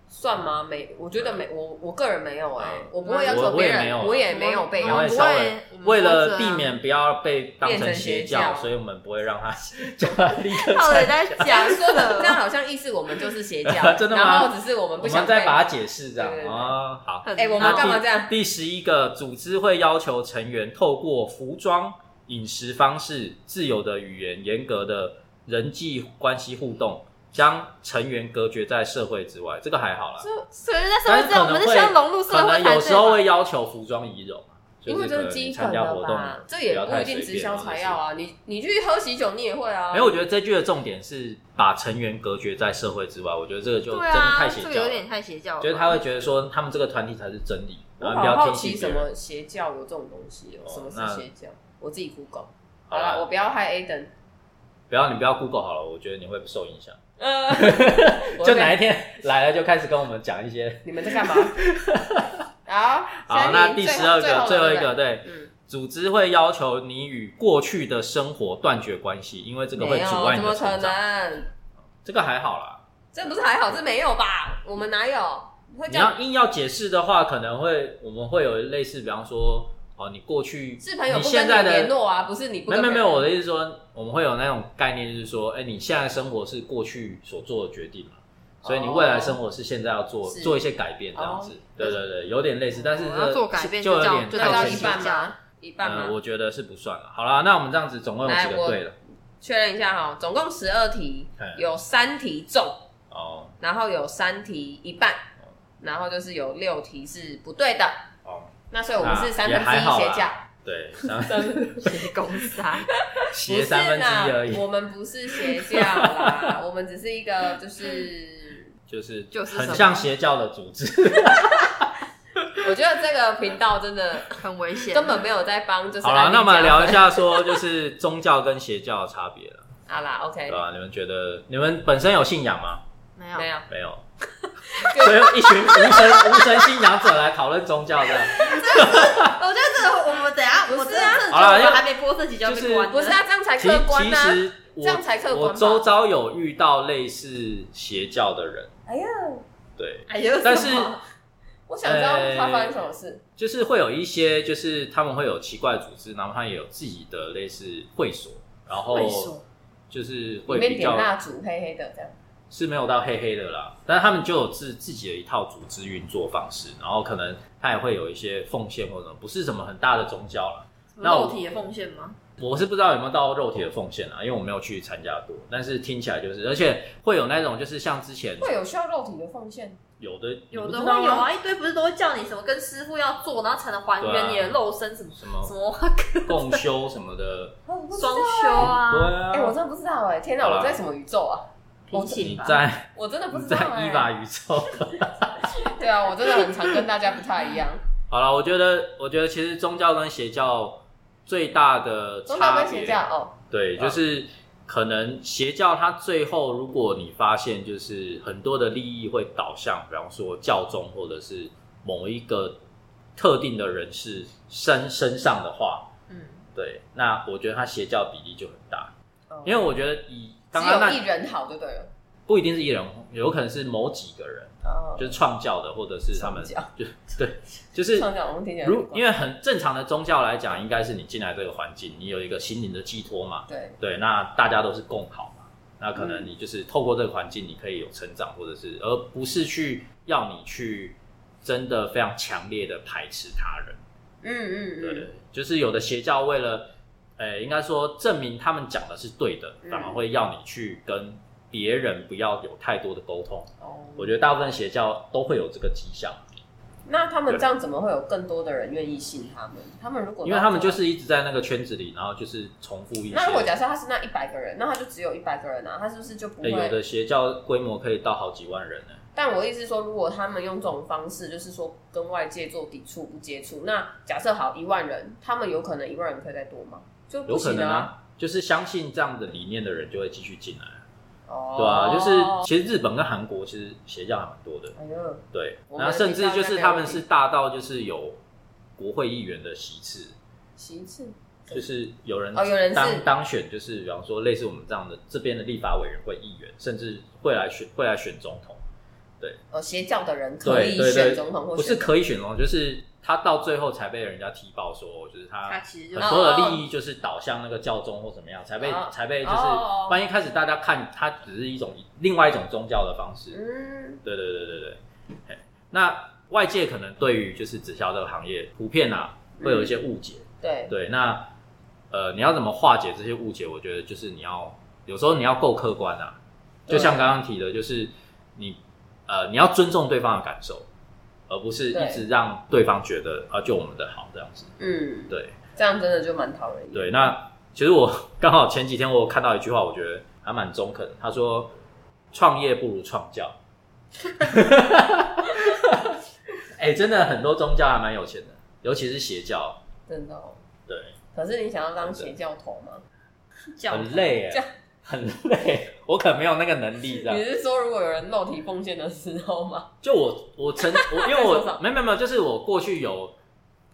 Speaker 1: 算吗？没，我觉得没，我我个人没有哎、
Speaker 2: 嗯
Speaker 1: 我不会要
Speaker 2: 我
Speaker 1: 求
Speaker 2: 我
Speaker 1: 别
Speaker 2: 也
Speaker 1: 人，
Speaker 2: 没有啊
Speaker 1: 我也没有被
Speaker 3: 我
Speaker 2: 我
Speaker 1: 要
Speaker 2: 们
Speaker 1: 求
Speaker 2: 会
Speaker 3: 们
Speaker 2: 稍
Speaker 3: 不
Speaker 2: 微
Speaker 3: 会我们
Speaker 2: 为
Speaker 3: 不
Speaker 2: 了
Speaker 3: 会这
Speaker 2: 避
Speaker 3: 样
Speaker 2: 免不要被当成邪
Speaker 1: 变成
Speaker 2: 教，
Speaker 1: 邪教
Speaker 2: 所以我们不会让他 叫他立刻
Speaker 3: 到
Speaker 2: 参
Speaker 3: 底
Speaker 1: 这
Speaker 2: 加。
Speaker 3: 在
Speaker 1: 样
Speaker 3: 讲
Speaker 1: 说
Speaker 3: 什
Speaker 1: 的，这样
Speaker 3: 么？
Speaker 1: 好像意思我们就是邪教，
Speaker 2: 真的吗
Speaker 1: 然后只是我们
Speaker 2: 我
Speaker 1: 不想
Speaker 2: 们
Speaker 1: 被
Speaker 2: 再把它解释这样
Speaker 1: 对对对
Speaker 2: 哦，好。
Speaker 1: 哎、我们干嘛这样？
Speaker 2: 第十一个，组织会要求成员透过服装、饮食方式、自由的语言、严格的人际关系互动，将成员隔绝在社会之外。这个还好啦，
Speaker 3: 所以在社会之后，我们是希望融入社
Speaker 2: 可
Speaker 3: 会
Speaker 2: 能
Speaker 3: 才
Speaker 2: 有时候
Speaker 3: 对
Speaker 2: 会
Speaker 3: 吧。
Speaker 2: 要求服装仪容啊，
Speaker 1: 因为
Speaker 2: 是
Speaker 1: 这
Speaker 2: 可
Speaker 1: 是
Speaker 2: 能你
Speaker 1: 基
Speaker 2: 参
Speaker 1: 本
Speaker 2: 加
Speaker 1: 的
Speaker 2: 活动
Speaker 1: 吧，这也
Speaker 2: 要
Speaker 1: 不
Speaker 2: 太
Speaker 1: 一定
Speaker 2: 随
Speaker 1: 直
Speaker 2: 便
Speaker 1: 销
Speaker 2: 或者
Speaker 1: 才
Speaker 2: 是
Speaker 1: 要啊。你你去喝喜酒，你也会啊。
Speaker 2: 哎、我觉得这句的重点是把成员隔绝在社会之外，我觉得这个就真
Speaker 3: 对
Speaker 2: 的太
Speaker 3: 啊，
Speaker 2: 邪
Speaker 3: 这
Speaker 2: 教
Speaker 3: 个
Speaker 2: 了。
Speaker 3: 有点太邪教了吧。
Speaker 2: 觉得他会觉得说，他们这个团体才是真理，
Speaker 1: 我
Speaker 2: 然后你不
Speaker 1: 好好
Speaker 2: 要听
Speaker 1: 奇
Speaker 2: 信
Speaker 1: 什
Speaker 2: 别人。
Speaker 1: 么邪教有这种东西、哦，
Speaker 2: 哦
Speaker 1: 什么是
Speaker 2: 那
Speaker 1: 邪教？我自己 Google。
Speaker 2: 好
Speaker 1: 好
Speaker 2: 啦
Speaker 1: 了，我不要害 A 等。
Speaker 2: 不要，你不要 Google 好了，我觉得你会受影响。
Speaker 1: 呃，我
Speaker 2: 就
Speaker 1: 被
Speaker 2: 哪一天 来了就开始跟我们讲一 些。
Speaker 1: 你们在干嘛？好，下
Speaker 2: 好，
Speaker 1: 一
Speaker 2: 那
Speaker 1: 题
Speaker 2: 第
Speaker 1: 最
Speaker 2: 十
Speaker 1: 后
Speaker 2: 二个，最后一
Speaker 1: 对不
Speaker 2: 个，
Speaker 1: 对
Speaker 2: 对，
Speaker 1: 嗯，
Speaker 2: 组织会要求你与过去的生活断绝关系，因为这个会
Speaker 1: 没有，
Speaker 2: 阻
Speaker 1: 怎
Speaker 2: 碍你
Speaker 1: 么
Speaker 2: 的
Speaker 1: 可
Speaker 2: 成长。
Speaker 1: 能？
Speaker 2: 这个还好啦，
Speaker 1: 这不是还好，这没有吧？我们哪有？会
Speaker 2: 你
Speaker 1: 这
Speaker 2: 要
Speaker 1: 样
Speaker 2: 硬要解释的话，可能会我们会有类似，比方说，哦，你过去
Speaker 1: 是朋友
Speaker 2: 你
Speaker 1: 不跟
Speaker 2: 现
Speaker 1: 你
Speaker 2: 在的
Speaker 1: 联络啊，不是你不
Speaker 2: 没有
Speaker 1: 跟
Speaker 2: 没有没
Speaker 1: 人
Speaker 2: 有，我的意思说，我们会有那种概念，就是说，哎、你现在生活是过去所做的决定嘛，所以你未来生活是现在要做、
Speaker 1: 哦是
Speaker 2: 做一些改变这样子。
Speaker 1: 哦
Speaker 2: 对对对，有点类似，但是
Speaker 3: 我
Speaker 2: 这
Speaker 3: 要做改变
Speaker 2: 就有
Speaker 3: 就
Speaker 2: 点
Speaker 3: 这
Speaker 1: 对到
Speaker 3: 样
Speaker 2: 太
Speaker 3: 就
Speaker 1: 一
Speaker 2: 牵
Speaker 3: 这样
Speaker 1: 半
Speaker 2: 强。
Speaker 1: 吗？一半吗？
Speaker 2: 呃，我觉得是不算了。好啦，那我们这样子总共有几
Speaker 1: 来
Speaker 2: 个
Speaker 1: 我
Speaker 2: 对了？
Speaker 1: 确认一下哈，总共十二题，
Speaker 2: 嗯
Speaker 1: 有三题中，
Speaker 2: 哦
Speaker 1: 然后有三题一半，然后就是有六题是不对的。
Speaker 2: 哦，
Speaker 1: 那所以我们是
Speaker 2: 啊
Speaker 1: 三
Speaker 2: 也
Speaker 1: 分之
Speaker 2: 还
Speaker 1: 一
Speaker 2: 好
Speaker 1: 斜
Speaker 2: 啦
Speaker 1: 角，
Speaker 2: 对，三
Speaker 3: 公司啊，
Speaker 2: 斜三分之一而
Speaker 1: 不是啦
Speaker 2: 已，
Speaker 1: 我们不是邪教 啦，我们只是一个就是，
Speaker 2: 就是
Speaker 3: 就是什
Speaker 2: 很
Speaker 3: 么
Speaker 2: 像邪教的组织。
Speaker 1: 我觉得这个频道真的
Speaker 3: 很危险，
Speaker 1: 根本没有在帮，就是
Speaker 2: 好啦，
Speaker 1: 安利
Speaker 2: 那我们
Speaker 1: 加
Speaker 2: 聊
Speaker 1: 分
Speaker 2: 一。下说，就是宗教跟邪教的差别了，
Speaker 1: 好啦
Speaker 2: 对
Speaker 1: ，OK，
Speaker 2: 吧？你们觉得你们本身有信仰吗？
Speaker 3: 没有
Speaker 1: 没有，
Speaker 2: 没有，所以一群无神无神信仰者来讨论宗教的，
Speaker 3: 我觉得这个我们等一下，
Speaker 1: 不
Speaker 3: 我
Speaker 1: 是啊
Speaker 3: 真的是
Speaker 2: 好啦
Speaker 3: 我
Speaker 2: 要
Speaker 3: 还没播这集就要被
Speaker 2: 就是
Speaker 3: 关了，
Speaker 1: 不是啊，这样才
Speaker 2: 其
Speaker 1: 客观
Speaker 2: 其
Speaker 1: 呐。
Speaker 2: 实我
Speaker 1: 这样才客观吧
Speaker 2: 我周遭有遇到类似邪教的人，
Speaker 1: 哎呀，
Speaker 2: 对，
Speaker 3: 哎呦，
Speaker 2: 但是呃
Speaker 3: 什么
Speaker 1: 我想知道他发生什么事。
Speaker 2: 就是会有一些，就是他们会有奇怪的组织，然后他也有自己的类似会所，然
Speaker 3: 会所
Speaker 2: 后就是
Speaker 1: 里
Speaker 2: 会
Speaker 1: 面
Speaker 2: 比
Speaker 1: 点蜡
Speaker 2: 较
Speaker 1: 烛，黑黑的这样。
Speaker 2: 是没有到黑黑的啦，但是他们就有自自己的一套组织运作方式，然后可能他也会有一些奉献或者什么不是什么很大的宗教啦。那我
Speaker 3: 肉体的奉献吗？
Speaker 2: 我是不知道有没有到肉体的奉献啊，因为我没有去参加过，但是听起来就是，而且会有那种就是像之前
Speaker 1: 会有需要肉体的奉献，
Speaker 2: 有的
Speaker 3: 有
Speaker 2: 你不知
Speaker 3: 的会
Speaker 2: 道
Speaker 3: 有
Speaker 2: 吗
Speaker 3: 啊，一堆不是都会叫你什么跟师傅要做，然后才能还
Speaker 2: 对啊哦
Speaker 3: 原你的肉身什么
Speaker 2: 什么
Speaker 3: 什么
Speaker 2: 共修什么的，
Speaker 1: 哦
Speaker 3: 双修啊，
Speaker 2: 对啊，
Speaker 1: 哎，我真的不知道哎，天哪，
Speaker 2: 好啦
Speaker 1: 我在什么宇宙啊？
Speaker 3: 脾气
Speaker 2: 你
Speaker 3: 吧。
Speaker 2: 在
Speaker 1: 我真的不
Speaker 2: 你
Speaker 1: 知道
Speaker 2: 在
Speaker 1: 哎
Speaker 2: 依。法宇宙。
Speaker 1: 对啊，我真的很常跟大家不太一样。
Speaker 2: 好了，我觉得我觉得其实宗教跟邪教最大的
Speaker 1: 宗教
Speaker 2: 差
Speaker 1: 跟
Speaker 2: 别，
Speaker 1: 邪教哦，
Speaker 2: 对，
Speaker 1: 嗯
Speaker 2: 就是可能邪教它最后，如果你发现就是很多的利益会导向，比方说教宗或者是某一个特定的人士身身上的话，
Speaker 3: 嗯，
Speaker 2: 对，那我觉得它邪教比例就很大，
Speaker 1: 哦
Speaker 2: 因为我觉得以刚刚
Speaker 1: 只有
Speaker 2: 那
Speaker 1: 一人好就对了。
Speaker 2: 不一定是一人，有可能是某几个人，
Speaker 1: 哦
Speaker 2: 就是创教的或者是他们
Speaker 1: 创教
Speaker 2: 就对，就是
Speaker 1: 创造我们听起来
Speaker 2: 如因
Speaker 1: 为
Speaker 2: 为很正常的宗教来讲，应该是你进来这个环境，你有一个心灵的寄托嘛，
Speaker 1: 对
Speaker 2: 对，那大家都是共好嘛，那可
Speaker 1: 嗯
Speaker 2: 能你就是透过这个环境，你可以有成长，或者是而不是去要你去真的非常强烈的排斥他人。
Speaker 1: 嗯
Speaker 2: 对，
Speaker 1: 嗯
Speaker 2: 就是有的邪教为了，呃、应该说证明他们讲的是对的，
Speaker 1: 嗯
Speaker 2: 反而会要你去跟别人不要有太多的沟通。
Speaker 1: 嗯，哦，
Speaker 2: 我觉得大部分邪教都会有这个迹象，
Speaker 1: 那他们这样怎么会有更多的人愿意信他们？他们如果
Speaker 2: 因为他们就是一直在那个圈子里，然后就是重复一些。
Speaker 1: 那如果假设他是那一百个人，那他就只有一百个人啊，他是不是就不
Speaker 2: 呃有
Speaker 1: 会？
Speaker 2: 的邪教规模可以到好几万人呢、
Speaker 1: 但我的意思是说，如果他们用这种方式，就是说跟外界做抵触、不接触，那假设好一万人，他们有可能一万人可以再多吗？就不
Speaker 2: 有可
Speaker 1: 行
Speaker 2: 能。啊，就是相信这样的理念的人就会继续进来，
Speaker 1: 哦，
Speaker 2: 对啊，就是其实日本跟韩国其实邪教还蛮多的，
Speaker 1: 哎呦，
Speaker 2: 对，
Speaker 1: 我们
Speaker 2: 然后甚至就是
Speaker 1: 的
Speaker 2: 他们是大到就是有国会议员的席次，
Speaker 1: 其次
Speaker 2: 就是有人
Speaker 1: 哦有人是
Speaker 2: 当当选，就是比方说类似我们这样的这边的立法委员会议员，甚至会来选会来选总统，
Speaker 1: 哦，邪教的人可
Speaker 2: 对
Speaker 1: 以
Speaker 2: 对
Speaker 1: 选
Speaker 2: 对，
Speaker 1: 总统或
Speaker 2: 不是
Speaker 1: 选
Speaker 2: 可以选总统，就是他到最后才被人家踢爆说，就是
Speaker 3: 他其实就
Speaker 2: 很多的利益就是导向那个教宗或怎么样，才被、
Speaker 1: 哦
Speaker 2: 才被就是
Speaker 1: 哦，
Speaker 2: 万一开始大家看它只是一种另外一种宗教的方式，
Speaker 1: 嗯，
Speaker 2: 对对对对对。嘿那外界可能对于就是直销这个行业普遍啊会有一
Speaker 1: 嗯
Speaker 2: 些误解，
Speaker 1: 对，
Speaker 2: 对，那呃你要怎么化解这些误解？我觉得就是你要有时候你要够客观啊，
Speaker 1: 对
Speaker 2: 就像刚刚提的，就是你呃你要尊重对方的感受，而不是
Speaker 1: 对
Speaker 2: 一直让对方觉得啊就我们的好这样子，
Speaker 1: 嗯。
Speaker 2: 对。
Speaker 1: 这样真的就蛮讨人厌。
Speaker 2: 对，那其实我 刚好前几天我有看到一句话，我觉得还蛮中肯的。他说：“创业不如创教。” 哎、真的很多宗教还蛮有钱的，尤其是邪教，
Speaker 1: 真的、哦。
Speaker 2: 对，
Speaker 1: 可是你想要当邪教头吗？
Speaker 3: 教
Speaker 2: 很累
Speaker 1: 教
Speaker 2: 哎， 很累。我可能没有那个能力这
Speaker 1: 你
Speaker 2: 样。
Speaker 1: 是说如果有人肉体奉献的时候吗？
Speaker 2: 就我我曾我 因为
Speaker 1: 在说什么
Speaker 2: 我没有没有没有，就是我过去有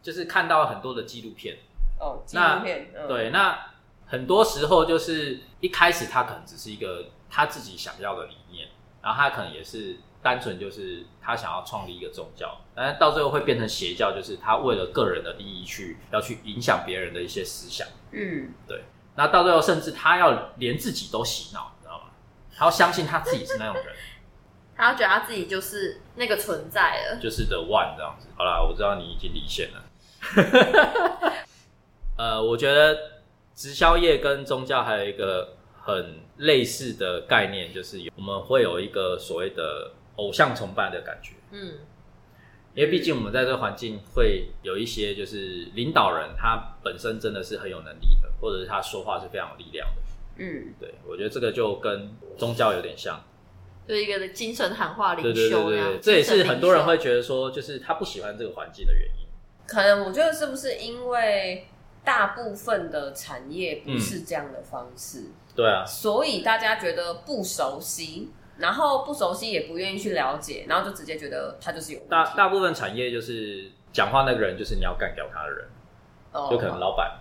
Speaker 2: 就是看到很多的纪录片，
Speaker 1: 哦，纪
Speaker 2: 那
Speaker 1: 录片，嗯、
Speaker 2: 对，那很多时候就是一开始他可能只是一个他自己想要的理念，然后他可能也是单纯就是他想要创立一个宗教，但是到最后会变成邪教，就是他为了个人的利益去要去影响别人的一些思想。
Speaker 1: 嗯，
Speaker 2: 那到最后，甚至他要连自己都洗脑，你知道吗？他要相信他自己是那种人，
Speaker 3: 他觉得他自己就是那个存在了。
Speaker 2: 就是 the one 这样子。好啦，我知道你已经离线了。 呃，我觉得直销业跟宗教还有一个很类似的概念，就是有我们会有一个所谓的偶像崇拜的感觉。
Speaker 3: 嗯，
Speaker 2: 因为毕竟我们在这个环境会有一些就是领导人，他本身真的是很有能力的，或者是他说话是非常有力量的。
Speaker 1: 嗯，
Speaker 2: 对，我觉得这个就跟宗教有点像。
Speaker 3: 就是一个精神喊话领
Speaker 2: 对对对
Speaker 3: 袖
Speaker 2: 对
Speaker 3: 那样
Speaker 2: 对，这也
Speaker 3: 精神
Speaker 2: 是
Speaker 3: 领
Speaker 2: 很多人
Speaker 3: 袖
Speaker 2: 会觉得说，就是他不喜欢这个环境的原因。
Speaker 1: 可能我觉得是不是因为大部分的产业不是这样的方式，
Speaker 2: 对啊，
Speaker 1: 所以大家觉得不熟悉，然后不熟悉也不愿意去了解，然后就直接觉得他就是有问题
Speaker 2: 大大部分产业就是讲话那个人就是你要干掉他的人，
Speaker 1: 哦，
Speaker 2: 就可能老板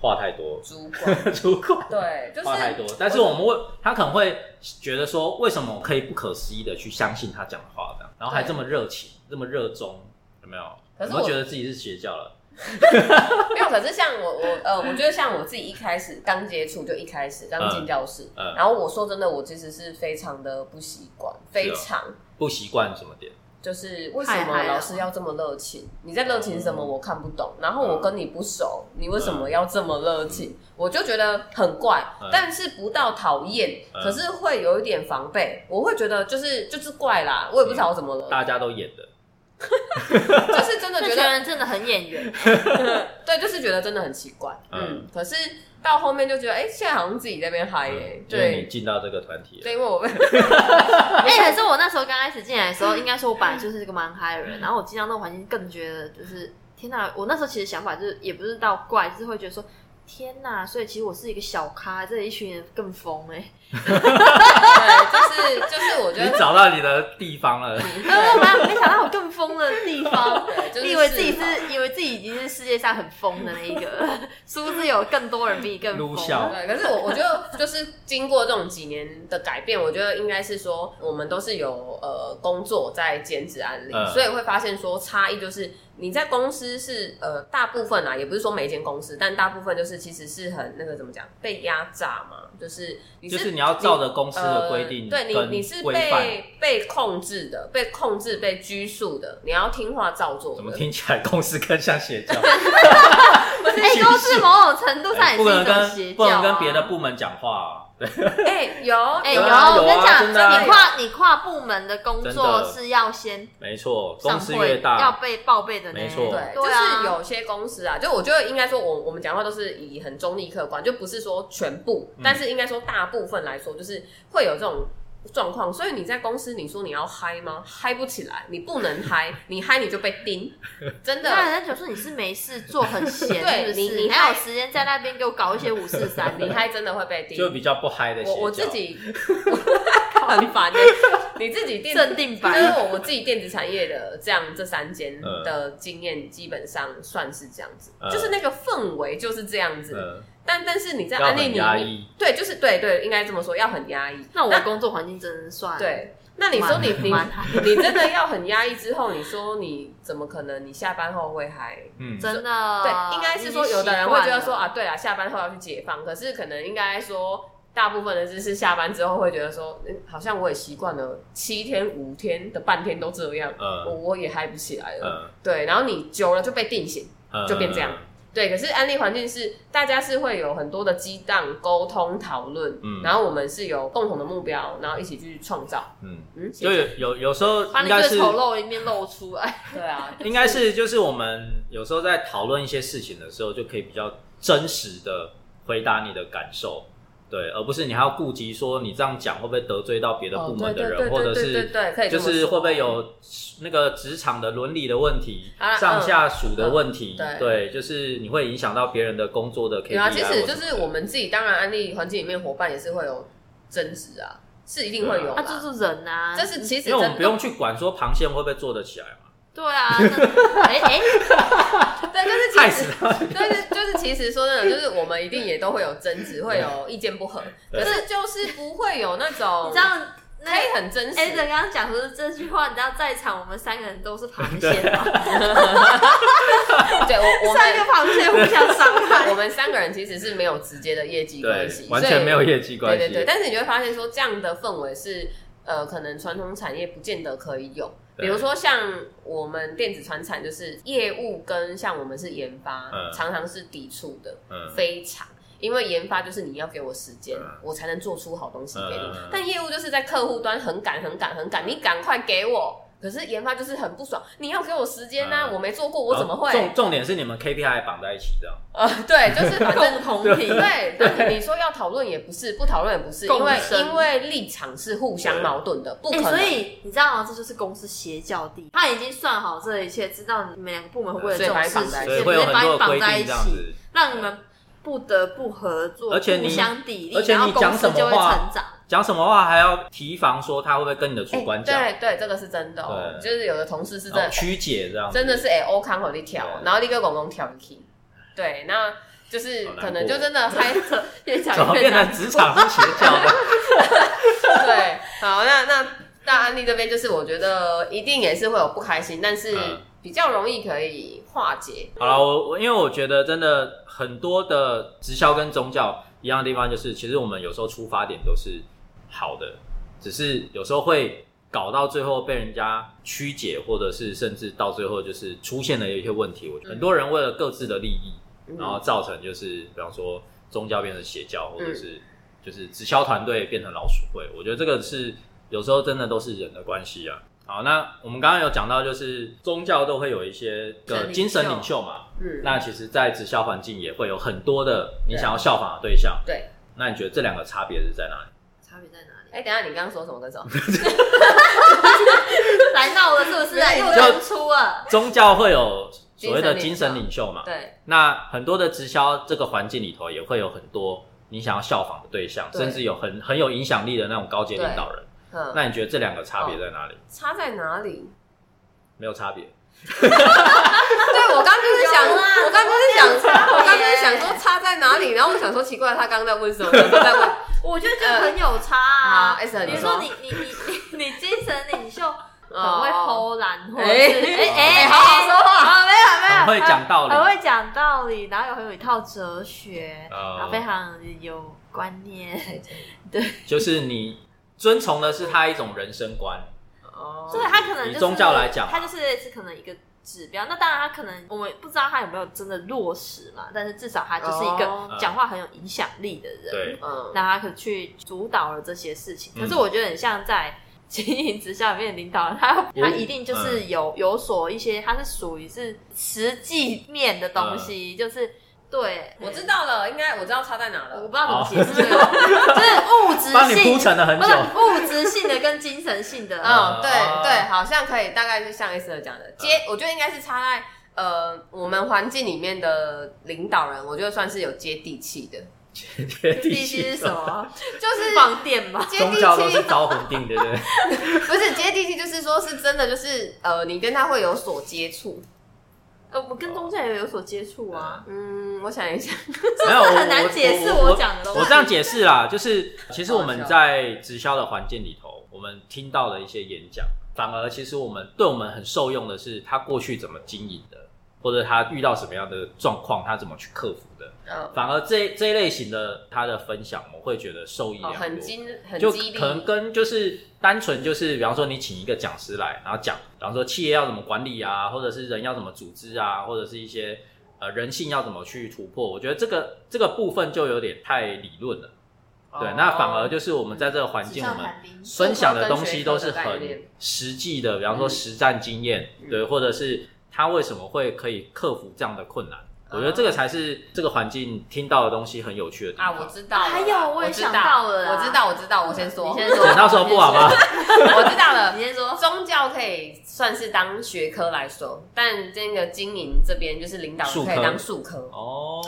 Speaker 2: 话太 多
Speaker 1: 主管
Speaker 2: 主管
Speaker 1: 对，就
Speaker 2: 话太
Speaker 1: 是
Speaker 2: 多，但是我们会他可能会觉得说，为什么我可以不可思议的去相信他讲的话这样，然后还这么热情，这么热衷，有没有？
Speaker 1: 可是
Speaker 2: 有没有
Speaker 1: 我
Speaker 2: 觉得自己是邪教了？
Speaker 1: 没有。可是像我我呃，我觉得像我自己一开始刚接触就一开始刚进教室，
Speaker 2: 嗯
Speaker 1: 然后我说真的，我其实是非常的不习惯，
Speaker 2: 哦
Speaker 1: 非常。
Speaker 2: 不习惯什么点？
Speaker 1: 就是为
Speaker 3: 太
Speaker 1: 什
Speaker 3: 嗨
Speaker 1: 么
Speaker 3: 了
Speaker 1: 老师要这么热情？你在热情什
Speaker 2: 嗯
Speaker 1: 么？我看不懂。然后我跟你不熟，你为什么要这么热情？我就觉得很怪
Speaker 2: 嗯，
Speaker 1: 但是不到讨厌，
Speaker 2: 嗯
Speaker 1: 可是会有一点防备。我会觉得就是就是怪啦，我也不知道我怎么了，
Speaker 2: 大家都演的，
Speaker 1: 就是真的
Speaker 3: 那
Speaker 1: 觉
Speaker 3: 群
Speaker 1: 得
Speaker 3: 人真的很演 员，
Speaker 1: 对，就是觉得真的很奇怪。
Speaker 2: 嗯
Speaker 1: 嗯，可是到后面就觉得，哎，现在好像自己在那边嗨耶
Speaker 2: 嗯，因为你
Speaker 1: 哎对，
Speaker 2: 进到这个团体了，
Speaker 1: 对，因为我 被
Speaker 3: 哎、可是我那时候刚开始进来的时候，应该说我本来就是一个蛮嗨的人，然后我进到那个环境，更觉得就是天哪！我那时候其实想法就是也不是到怪，就是会觉得说天哪！所以其实我是一个小咖，这一群人更疯哎、
Speaker 1: 对，就是就是我觉
Speaker 2: 你
Speaker 1: 得
Speaker 2: 找到你的地方了。
Speaker 3: 欸，哎 我没没想到我更疯的地方。
Speaker 1: 对， 就是
Speaker 3: 你以为自己
Speaker 1: 好
Speaker 3: 是以为自己已经是世界上很疯的那一个， 殊不知有更多人比你更
Speaker 2: 撸
Speaker 3: 疯。
Speaker 2: 小
Speaker 1: 对，可是我我觉得就是经过这种几年的改变，我觉得应该是说我们都是有呃工作在兼职案例，
Speaker 2: 嗯
Speaker 1: 所以会发现说差异就是你在公司是呃大部分啊，也不是说每一间公司，但大部分就是其实是很那个怎么讲被压榨嘛，就是你是
Speaker 2: 就是你要照着公司的规定、
Speaker 1: 呃对你你是
Speaker 2: 规范，
Speaker 1: 被被控制的，被控制被拘束的，你要听话照做
Speaker 2: 怎么
Speaker 1: 的。
Speaker 2: 听起来公司更像邪教？
Speaker 3: 哎、都是某种程度上
Speaker 2: 哎
Speaker 3: 也是
Speaker 2: 不
Speaker 3: 一
Speaker 2: 能
Speaker 3: 种邪
Speaker 2: 跟
Speaker 3: 教、
Speaker 2: 不
Speaker 3: 啊
Speaker 2: 能跟别的部门讲话、啊，对，
Speaker 1: 哎、有
Speaker 3: 哎、
Speaker 2: 有
Speaker 3: 有，
Speaker 2: 啊
Speaker 3: 我跟
Speaker 2: 有啊
Speaker 3: 你讲，
Speaker 2: 真的啊
Speaker 3: 你跨你跨部门的工
Speaker 2: 真
Speaker 3: 作
Speaker 2: 的
Speaker 3: 是要先
Speaker 2: 没错，公
Speaker 3: 上
Speaker 2: 司
Speaker 3: 会
Speaker 2: 越
Speaker 3: 要
Speaker 2: 大，
Speaker 3: 被报备的呢，
Speaker 2: 没错
Speaker 1: 对，
Speaker 3: 对啊
Speaker 1: 就是有些公司啊，就我觉得应该说我，我们讲话都是以很中立客观，就不是说全部，
Speaker 2: 嗯
Speaker 1: 但是应该说大部分来说，就是会有这种状况。所以你在公司，你说你要嗨吗？嗨不起来，你不能嗨，你嗨你就被 盯，真
Speaker 3: 那
Speaker 1: 的。
Speaker 3: 人家就说你是没事做，很 闲，
Speaker 1: 对
Speaker 3: 是不是
Speaker 1: 你你
Speaker 3: 还有
Speaker 1: 太
Speaker 3: 时间在那边给我搞一些五四 三，
Speaker 1: 你嗨真的会被
Speaker 2: 就
Speaker 1: 盯。
Speaker 2: 比较不嗨的邪
Speaker 1: 我
Speaker 2: 教。
Speaker 1: 我自 己 很烦的、欸你自己定
Speaker 3: 镇定
Speaker 1: 反正
Speaker 3: 版。
Speaker 1: 我我自己电子产业的这样这三间
Speaker 2: 嗯
Speaker 1: 的经验，基本上算是这样子，
Speaker 2: 嗯
Speaker 1: 就是那个氛围就是这样子。
Speaker 2: 嗯，
Speaker 1: 但但是你在
Speaker 2: 要
Speaker 1: 案例
Speaker 2: 很
Speaker 1: 里
Speaker 2: 压
Speaker 1: 面，
Speaker 2: 抑，
Speaker 1: 对，就是对对，应该这么说，要很压抑。
Speaker 3: 那我的工作环境真的算
Speaker 1: 对，那你说你你
Speaker 3: 蛮蛮
Speaker 1: 你真的要很压抑之后，你说你怎么可能？你下班后会嗨？
Speaker 2: 嗯，
Speaker 3: 真的，
Speaker 1: 对，应该是说有的人
Speaker 3: 呃已经习
Speaker 1: 会
Speaker 3: 惯
Speaker 1: 觉得说
Speaker 3: 了，
Speaker 1: 啊，对啊，下班后要去解放，可是可能应该说。大部分的就是下班之后会觉得说，嗯，好像我也习惯了七天五天的半天都这样，我
Speaker 2: 嗯
Speaker 1: 我也嗨不起来了。
Speaker 2: 嗯
Speaker 1: 对，然后你久了就被定型，
Speaker 2: 嗯，
Speaker 1: 就变这样对，可是安利环境是大家是会有很多的激荡、沟通、讨论，
Speaker 2: 嗯
Speaker 1: 然后我们是有共同的目标，然后一起去创造。
Speaker 2: 嗯，
Speaker 1: 嗯，
Speaker 2: 就有有有时候
Speaker 3: 把
Speaker 2: 应
Speaker 3: 你
Speaker 2: 该
Speaker 3: 最
Speaker 2: 是
Speaker 3: 丑陋的一面露出来。
Speaker 1: 对啊，
Speaker 2: 应该是就是我们有时候在讨论一些事情的时候，就可以比较真实的回答你的感受。对，而不是你还要顾及说你这样讲会不会得罪到别的部
Speaker 1: 哦，
Speaker 2: 门
Speaker 1: 对对
Speaker 2: 的人，
Speaker 1: 对
Speaker 2: 或
Speaker 1: 对
Speaker 2: 者
Speaker 1: 对
Speaker 2: 是
Speaker 1: 对对，可以这
Speaker 2: 就
Speaker 1: 么
Speaker 2: 是
Speaker 1: 说
Speaker 2: 会不会有那个职场的伦理的问题、
Speaker 1: 好啦
Speaker 2: 上
Speaker 1: 嗯
Speaker 2: 下属的问题，
Speaker 1: 嗯
Speaker 2: 对就是你会影响到别人的工作的 KPI 或什么的。
Speaker 1: 有啊？其实就是我们自己，当然安利环境里面伙伴也是会有争执啊，是一定会有
Speaker 3: 那
Speaker 1: 的。
Speaker 3: 就是人 啊，
Speaker 1: 这是其实
Speaker 2: 因为我
Speaker 1: 真
Speaker 2: 们
Speaker 1: 的
Speaker 2: 不用去管说螃蟹会不会做得起来嘛，
Speaker 3: 对 啊，那哎哎，
Speaker 1: 对，就是
Speaker 2: 害
Speaker 1: 其
Speaker 2: 死
Speaker 1: 实
Speaker 2: 他们。
Speaker 1: 对，就是就是其实说真的，就是我们一定也都会有争执，会有意见不合，
Speaker 2: 对
Speaker 1: 可是就是不会有那种
Speaker 3: 你知道那
Speaker 1: 可以很真实。
Speaker 3: a d 刚刚讲说这句话，你知道在场我们三个人都是螃蟹吗？
Speaker 1: 对我我
Speaker 3: 三个
Speaker 1: 们
Speaker 3: 螃 蟹互相伤害
Speaker 1: 我。们三个人其实是没有直接的业绩关
Speaker 2: 对
Speaker 1: 系，，
Speaker 2: 完全没有
Speaker 1: 业
Speaker 2: 业绩关
Speaker 1: 对
Speaker 2: 系。
Speaker 1: 对对，但是你就会发现说，这样的氛围是呃，可能传统产业不见得可以有。
Speaker 2: 对
Speaker 1: 比如说像我们电子传产，就是业务跟像我们是研发，
Speaker 2: 嗯
Speaker 1: 常常是抵触的。
Speaker 2: 嗯，
Speaker 1: 非常，因为研发就是你要给我时间，
Speaker 2: 嗯
Speaker 1: 我才能做出好东西给你。
Speaker 2: 嗯
Speaker 1: 但业务就是在客户端很赶、很赶、很赶，你赶快给我。可是研发就是很不爽，你要给我时间呐、
Speaker 2: 嗯
Speaker 1: 我没做过，我怎么会
Speaker 2: 然后？重重点是你们 KPI 绑在一起这样。
Speaker 1: 呃，对，就是反正
Speaker 3: 共同体
Speaker 1: 对，那你你说要讨论也不是，不讨论也不是，因
Speaker 3: 共
Speaker 1: 为
Speaker 3: 生
Speaker 1: 因为立场是互相矛盾的，不
Speaker 3: 哎、
Speaker 1: 可能。
Speaker 3: 所以你知道吗？这就是公司邪教地，他已经算好这一切，知道你们两个部门会为了这种事情，
Speaker 1: 对
Speaker 2: 所以会有
Speaker 3: 也会
Speaker 2: 很
Speaker 3: 把
Speaker 2: 多的
Speaker 3: 你
Speaker 2: 规
Speaker 3: 绑
Speaker 2: 定
Speaker 3: 在一
Speaker 2: 这样
Speaker 3: 起，
Speaker 2: 子。
Speaker 3: 让你们不得不合作，
Speaker 2: 而且你
Speaker 3: 互相砥砺，
Speaker 2: 而且
Speaker 3: 然后
Speaker 2: 你讲什
Speaker 3: 公司
Speaker 2: 么
Speaker 3: 就会
Speaker 2: 话
Speaker 3: 成长。
Speaker 2: 讲什么话还要提防，说他会不会跟你的主管讲，
Speaker 1: 哎对对，这个是真的哦。
Speaker 2: 对
Speaker 1: 就是有的同事是真的
Speaker 2: 然后曲解这样子，
Speaker 1: 真的是哎，欧康和你跳，
Speaker 2: 对
Speaker 1: 然后你跟公公跳一起，对，那就是
Speaker 2: 好难过
Speaker 1: 可能就真的嗨，
Speaker 3: 越
Speaker 2: 怎么
Speaker 3: 讲越
Speaker 2: 变
Speaker 3: 难
Speaker 2: 成。职场是邪教的？
Speaker 1: 对，好，那那那安利这边就是我觉得一定也是会有不开心，但是
Speaker 2: 嗯
Speaker 1: 比较容易可以化解，
Speaker 2: 好了，我我因为我觉得真的很多的直销跟宗教一样的地方，就是其实我们有时候出发点都是好的，只是有时候会搞到最后被人家曲解，或者是甚至到最后就是出现了一些问题。我觉
Speaker 3: 嗯
Speaker 2: 得很多人为了各自的利益，
Speaker 1: 嗯
Speaker 2: 然后造成就是，比方说宗教变成邪教，或者
Speaker 3: 嗯
Speaker 2: 是就是直销团队变成老鼠会，我觉得这个是有时候真的都是人的关系啊。好，那我们刚刚有讲到，就是宗教都会有一些个
Speaker 3: 精
Speaker 2: 精
Speaker 3: 神
Speaker 2: 神
Speaker 3: 领袖
Speaker 2: 领袖嘛，
Speaker 1: 嗯，
Speaker 2: 那其实，在直销环境也会有很多的你想要效仿的对象。
Speaker 1: 对。
Speaker 2: 那你觉得这两个差别是在哪里？
Speaker 3: 差别在哪里？
Speaker 1: 哎，等一下你刚刚说什么 跟什么？
Speaker 3: 来闹了是不是啊？
Speaker 1: 没有
Speaker 3: 又认出了，
Speaker 2: 宗教会有所谓的精
Speaker 1: 精神
Speaker 2: 神
Speaker 1: 领
Speaker 2: 领袖嘛？
Speaker 1: 对，
Speaker 2: 那很多的直销这个环境里头，也会有很多你想要效仿的对象，
Speaker 1: 对
Speaker 2: 甚至有很很有影响力的那种高阶领导人。
Speaker 1: 嗯，
Speaker 2: 那你觉得这两个差别在哪里？
Speaker 1: 差在哪里？
Speaker 2: 没有差别，
Speaker 1: 对，我刚刚就是想，
Speaker 3: 有啦
Speaker 1: 我刚刚就是
Speaker 3: 有差
Speaker 1: 想，
Speaker 3: 别
Speaker 1: 我刚刚就是想说差在哪里，然后我想说奇怪，他刚刚在问什么？他在问
Speaker 3: 我觉得就很有差啊。
Speaker 1: 呃好，S，
Speaker 3: 比
Speaker 1: 你
Speaker 3: 如
Speaker 1: 说
Speaker 3: 说呃你你你你你精神领袖 很
Speaker 1: 哦
Speaker 3: 会偷懒，或者是
Speaker 1: 哎
Speaker 3: 哎
Speaker 1: 哎好好说话
Speaker 3: 啊，没有没有，
Speaker 2: 很会讲道理
Speaker 3: 很会讲道理，然后有很有一套哲学，
Speaker 2: 哦
Speaker 3: 然后非常有观 念。
Speaker 2: 就是你遵从的是他一种人生观，
Speaker 1: 哦，
Speaker 3: 所以他可能就是
Speaker 2: 以宗教来讲啊
Speaker 3: 他就是类似可能一个指标。那当然，他可能我们不知道他有没有真的落实嘛，但是至少他就是一
Speaker 1: 哦
Speaker 3: 个讲话很有影响力的人。
Speaker 2: 对，
Speaker 1: 嗯，
Speaker 3: 那他可去主导了这些事情。
Speaker 2: 嗯
Speaker 3: 可是我觉得很像在经营直销里面的领导人，他
Speaker 2: 有
Speaker 3: 他一
Speaker 2: 嗯
Speaker 3: 定就是有、有所一些，他是属于是实际面的东
Speaker 2: 嗯
Speaker 3: 西，就是对
Speaker 1: 我知，道了，应该我知道差在哪
Speaker 3: 我
Speaker 1: 了
Speaker 3: 不。知道怎么解释，就是物
Speaker 2: 哦帮
Speaker 3: 质
Speaker 2: 你
Speaker 3: 性
Speaker 2: 铺。陈了很
Speaker 3: 嗯不
Speaker 2: 久
Speaker 3: 是。物质性的跟精神性的，
Speaker 1: 嗯，对
Speaker 2: 哦
Speaker 1: 对，好像可以，大概就像 S 讲的，接，我觉得应该是差在呃，我们环境里面的领导人，我觉得算是有接地气的，
Speaker 2: 接
Speaker 3: 必
Speaker 2: 地
Speaker 3: 须
Speaker 2: 气
Speaker 3: 是什么？
Speaker 1: 就是
Speaker 3: 放电吗？
Speaker 1: 接
Speaker 2: 宗
Speaker 1: 地
Speaker 2: 教都是
Speaker 1: 气，
Speaker 2: 招魂定的，对不对？
Speaker 1: 不是接地气，就是说是真的，就是呃，你跟他会有所接触。
Speaker 3: 呃，我跟宗教也有所接触 啊，
Speaker 1: 嗯，我想一下，
Speaker 2: 没有，我
Speaker 3: 很难解释
Speaker 2: 我
Speaker 3: 我讲的东西
Speaker 2: 我这样解释啦，就是其实我们在直销的环境里头，我们听到的一些演讲，反而其实我们对我们很受用的是他过去怎么经营的，或者他遇到什么样的状况，他怎么去克服的。
Speaker 1: 嗯，
Speaker 2: 反而这这一类型的他的分享，我会觉得受益
Speaker 1: 哦
Speaker 2: 良多。
Speaker 1: 很激，很
Speaker 2: 就
Speaker 1: 激励
Speaker 2: 可，能跟就是单纯就是，比方说你请一个讲师来，然后讲，比方说企业要怎么管理啊，或者是人要怎么组织啊，或者是一些呃人性要怎么去突破，我觉得这个这个部分就有点太理论了。对
Speaker 1: 哦，
Speaker 2: 那反而就是我们在这个环境，我们
Speaker 3: 嗯
Speaker 2: 分享的东西都是
Speaker 1: 嗯社科跟学科的概
Speaker 2: 很
Speaker 1: 念
Speaker 2: 实际的，比方说实战经验，
Speaker 1: 嗯
Speaker 2: 对，或者是他为什么会可以克服这样的困难。
Speaker 1: 哦
Speaker 2: 我觉得这个才是这个环境听到的东西很有趣的地
Speaker 1: 啊，
Speaker 2: 方。
Speaker 1: 我知道了，
Speaker 3: 还有我也
Speaker 1: 知
Speaker 3: 想
Speaker 1: 道
Speaker 3: 到了啦
Speaker 1: 我知道，我知道，我先说，
Speaker 3: 你先说
Speaker 2: 等到时候不好吗？
Speaker 1: 我知道了
Speaker 3: 你。先说，
Speaker 1: 宗教可以算是当学科来说，但这个经营这边就是领导人
Speaker 2: 术
Speaker 1: 可
Speaker 2: 科
Speaker 1: 以当术科。
Speaker 3: 哦，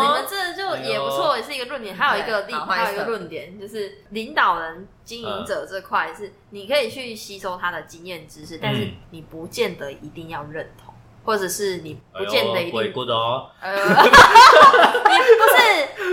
Speaker 3: 你
Speaker 2: 哦
Speaker 3: 们这就也不错，也是一个论点。还有一个例，
Speaker 1: 对好换一个
Speaker 3: 还有一个论点就是领导人、经营者这块是你可以去吸收他的经验知识，但是你不见得一定要认同，或者是你不见得一
Speaker 2: 鬼
Speaker 3: 定
Speaker 2: 谷的哦，
Speaker 1: 呃，
Speaker 3: 不是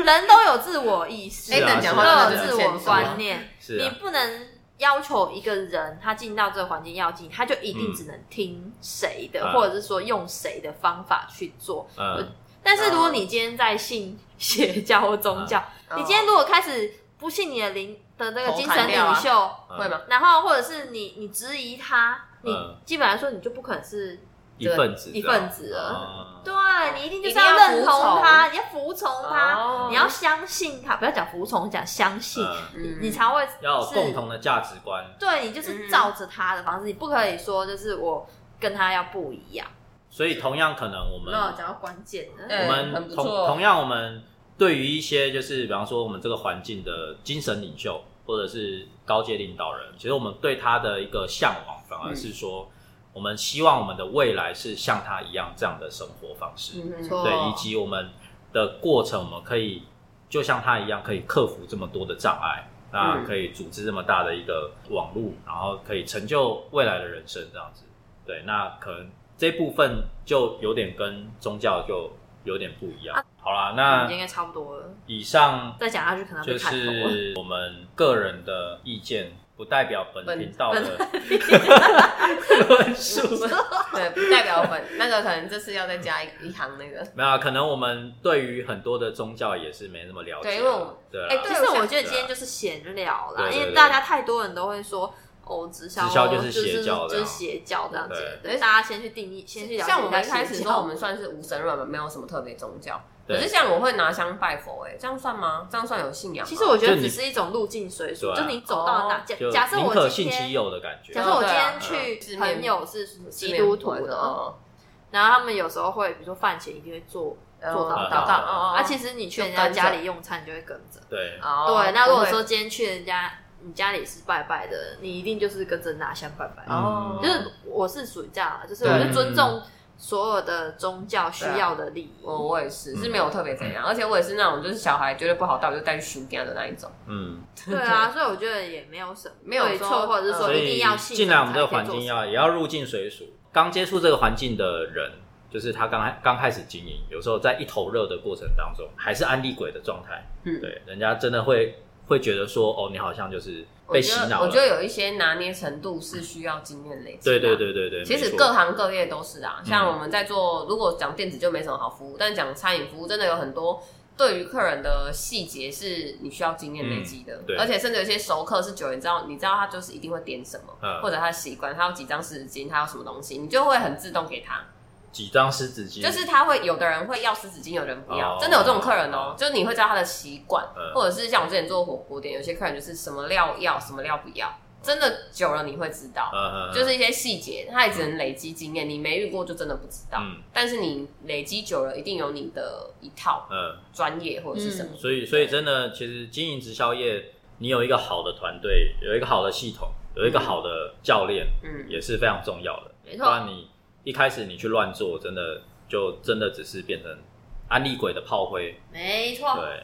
Speaker 3: 人都有自我意识，
Speaker 2: 是啊
Speaker 1: 哎，等讲
Speaker 3: 都
Speaker 1: 话
Speaker 2: 是啊
Speaker 1: 真的
Speaker 3: 有自
Speaker 1: 是
Speaker 3: 我
Speaker 1: 欠说
Speaker 3: 观念，
Speaker 2: 是
Speaker 3: 你
Speaker 2: 啊，
Speaker 3: 不能要求一个人他进到这个环境要进，他就一定
Speaker 2: 嗯
Speaker 3: 只能听谁的，
Speaker 2: 嗯
Speaker 3: 或者是说用谁的方法去做。
Speaker 2: 嗯，
Speaker 3: 但是如果你今天在信邪教或宗教，
Speaker 2: 嗯
Speaker 3: 你今
Speaker 1: 哦
Speaker 3: 天如果开始不信你的灵的那个精神领袖，
Speaker 2: 嗯
Speaker 1: 会吗？
Speaker 3: 然后或者是你你质疑他，你
Speaker 2: 嗯
Speaker 3: 基本来说你就不可能是
Speaker 2: 一份子，哦
Speaker 3: 一份子了。
Speaker 2: 啊，
Speaker 3: 对你一定就
Speaker 1: 一
Speaker 3: 是
Speaker 1: 定要
Speaker 3: 认
Speaker 1: 服
Speaker 3: 同
Speaker 1: 从
Speaker 3: 他，你要服从他，
Speaker 1: 哦
Speaker 3: 你要相信他，不要讲服从，讲相信，
Speaker 2: 嗯
Speaker 1: 嗯
Speaker 3: 你才会
Speaker 2: 要有
Speaker 3: 是
Speaker 2: 共同的价值观。
Speaker 3: 对你就是照着他的方式，你不可以说就是我跟他要不一样。
Speaker 2: 所以同样可能
Speaker 1: 嗯
Speaker 2: 我们
Speaker 3: 那我讲到关键的，
Speaker 1: 对
Speaker 2: 我
Speaker 1: 很
Speaker 2: 们
Speaker 1: 不
Speaker 2: 同
Speaker 1: 错
Speaker 2: 同样，我们对于一些就是比方说我们这个环境的精神领袖或者是高阶领导人，其实我们对他的一个向往，反而是说、我们希望我们的未来是像他一样这样的生活方式，
Speaker 1: 嗯
Speaker 3: 没错
Speaker 2: 对，以及我们的过程，我们可以就像他一样，可以克服这么多的障碍。那
Speaker 1: 嗯
Speaker 2: 可以组织这么大的一个网络，然后可以成就未来的人生这样子。对，那可能这部分就有点跟宗教就有点不一样。好啦，
Speaker 3: 我们
Speaker 2: 那
Speaker 3: 应该差不多了，
Speaker 2: 以上
Speaker 3: 再讲下去可能要
Speaker 2: 就
Speaker 3: 被砍头了。
Speaker 2: 是我们个人的意见，不代表本频道 的论述。
Speaker 1: 对，不代表本那个可能这次要再加一一行那个。
Speaker 2: 没有啊，可能我们对于很多的宗教也是没那么了解啊。
Speaker 1: 对因为我
Speaker 2: 对啦
Speaker 3: 哎、
Speaker 1: 对
Speaker 3: 其实
Speaker 1: 我
Speaker 3: 我
Speaker 1: 想
Speaker 3: 觉得
Speaker 2: 起
Speaker 3: 今
Speaker 2: 来
Speaker 3: 天就是闲聊啦，
Speaker 2: 对对
Speaker 3: 因为
Speaker 2: 对
Speaker 3: 大家太多人都会说哦，直销
Speaker 2: 直销
Speaker 3: 就
Speaker 2: 就是邪教
Speaker 3: 就是
Speaker 2: 这样
Speaker 3: 邪教这样子。
Speaker 2: 对
Speaker 3: 对，大家先去定义，先去了解一下
Speaker 1: 像我们一开始
Speaker 3: 邪
Speaker 1: 说，
Speaker 3: 教
Speaker 1: 我们算是无神论嘛，没有什么特别宗教。
Speaker 2: 对
Speaker 1: 可是像我会拿香拜佛，哎，这样算吗？这样算有信仰吗？
Speaker 3: 其实我觉得
Speaker 2: 就
Speaker 3: 只
Speaker 2: 你
Speaker 3: 是一种路径随俗，
Speaker 2: 对啊
Speaker 3: 就你走到哪。
Speaker 1: 哦
Speaker 3: 假
Speaker 2: 就
Speaker 3: 假设
Speaker 2: 宁可
Speaker 3: 我今
Speaker 2: 信其
Speaker 3: 天，
Speaker 2: 有的感觉。
Speaker 3: 假设我今
Speaker 1: 哦
Speaker 3: 天
Speaker 1: 对啊
Speaker 3: 去
Speaker 1: 嗯
Speaker 3: 朋友是
Speaker 1: 是
Speaker 3: 基
Speaker 1: 面
Speaker 3: 督徒
Speaker 1: 佛
Speaker 3: 的，
Speaker 1: 哦
Speaker 3: 然后他们有时候会，比如说饭前一定会做
Speaker 1: 嗯
Speaker 3: 做
Speaker 2: 祷
Speaker 3: 祷
Speaker 2: 告
Speaker 3: 告，
Speaker 1: 嗯嗯嗯
Speaker 3: 啊，其实你去人家
Speaker 1: 就跟着
Speaker 3: 家里用餐，你就会跟着。
Speaker 2: 对，
Speaker 1: 哦
Speaker 3: 对，那如果
Speaker 1: 不会
Speaker 3: 说今天去人家你家里是拜拜的，你一定就是跟着拿香拜拜。
Speaker 2: 嗯
Speaker 1: 哦
Speaker 3: 就是我是属于这样啦，啊就是
Speaker 2: 对
Speaker 3: 我就尊重所有的宗教需要的利益。
Speaker 1: 哦我我也是，是没
Speaker 2: 嗯
Speaker 1: 有特别怎样，而且我也是那种就是小孩觉得不好带，我就带去修家的那一种。
Speaker 2: 嗯，
Speaker 3: 对啊，所以我觉得也没有什么
Speaker 1: 没有
Speaker 3: 对
Speaker 1: 说
Speaker 3: 错，或者是
Speaker 1: 嗯
Speaker 3: 说
Speaker 2: 所
Speaker 3: 一定
Speaker 2: 以
Speaker 3: 要信
Speaker 2: 进来我们这个
Speaker 3: 仰才可以
Speaker 2: 环
Speaker 3: 做
Speaker 2: 境
Speaker 3: 什么
Speaker 2: 要也要入境随俗。刚接触这个环境的人，就是他刚开刚开始经营，有时候在一头热的过程当中，还是安利鬼的状态。
Speaker 1: 嗯
Speaker 2: 对，人家真的会会觉得说，哦，你好像就是
Speaker 1: 我
Speaker 2: 被
Speaker 1: 觉
Speaker 2: 洗
Speaker 1: 得
Speaker 2: 脑
Speaker 1: 我
Speaker 2: 了。
Speaker 1: 觉得有一些拿捏程度是需要经验累积。
Speaker 2: 对
Speaker 3: 啊
Speaker 2: 对。对对对，
Speaker 1: 其
Speaker 2: 没
Speaker 1: 实
Speaker 2: 错
Speaker 1: 各行各业都是啊，像
Speaker 2: 嗯
Speaker 1: 我们在做，如果讲电子就没什么好服务，但讲餐饮服务真的有很多对于客人的细节是你需要经验累积的
Speaker 2: 嗯对，
Speaker 1: 而且甚至有些熟客是久，你知道你知道他就是一定会点什
Speaker 2: 嗯
Speaker 1: 么，或者他的习惯，他有几张湿纸巾，他有什么东西，你就会很自动给他。
Speaker 2: 几张湿纸巾，
Speaker 1: 就是他会有的人会要湿纸巾，有的人不要，
Speaker 2: 哦
Speaker 1: 真的有这种客人哦、就是你会知道他的习惯，
Speaker 2: 嗯
Speaker 1: 或者是像我之前做火锅店，有些客人就是什么料要，什么料不要，真的久了你会知道，
Speaker 2: 呃，
Speaker 1: 就是一些细节，他也只能累积经验，你没遇过就真的不知道。
Speaker 2: 嗯
Speaker 1: 但是你累积久了，一定有你的一套
Speaker 2: 嗯，
Speaker 1: 专业或者是什么。
Speaker 2: 所以所以真的，其实经营直销业，你有一个好的团队，有一个好的系统，有一个好的教练，
Speaker 1: 嗯，
Speaker 2: 也是非常重要的。
Speaker 3: 没
Speaker 2: 不
Speaker 3: 错
Speaker 2: 然你一开始你去乱做，真的就真的只是变成安利鬼的炮灰。
Speaker 3: 没
Speaker 1: 哦
Speaker 3: 错，
Speaker 2: 对，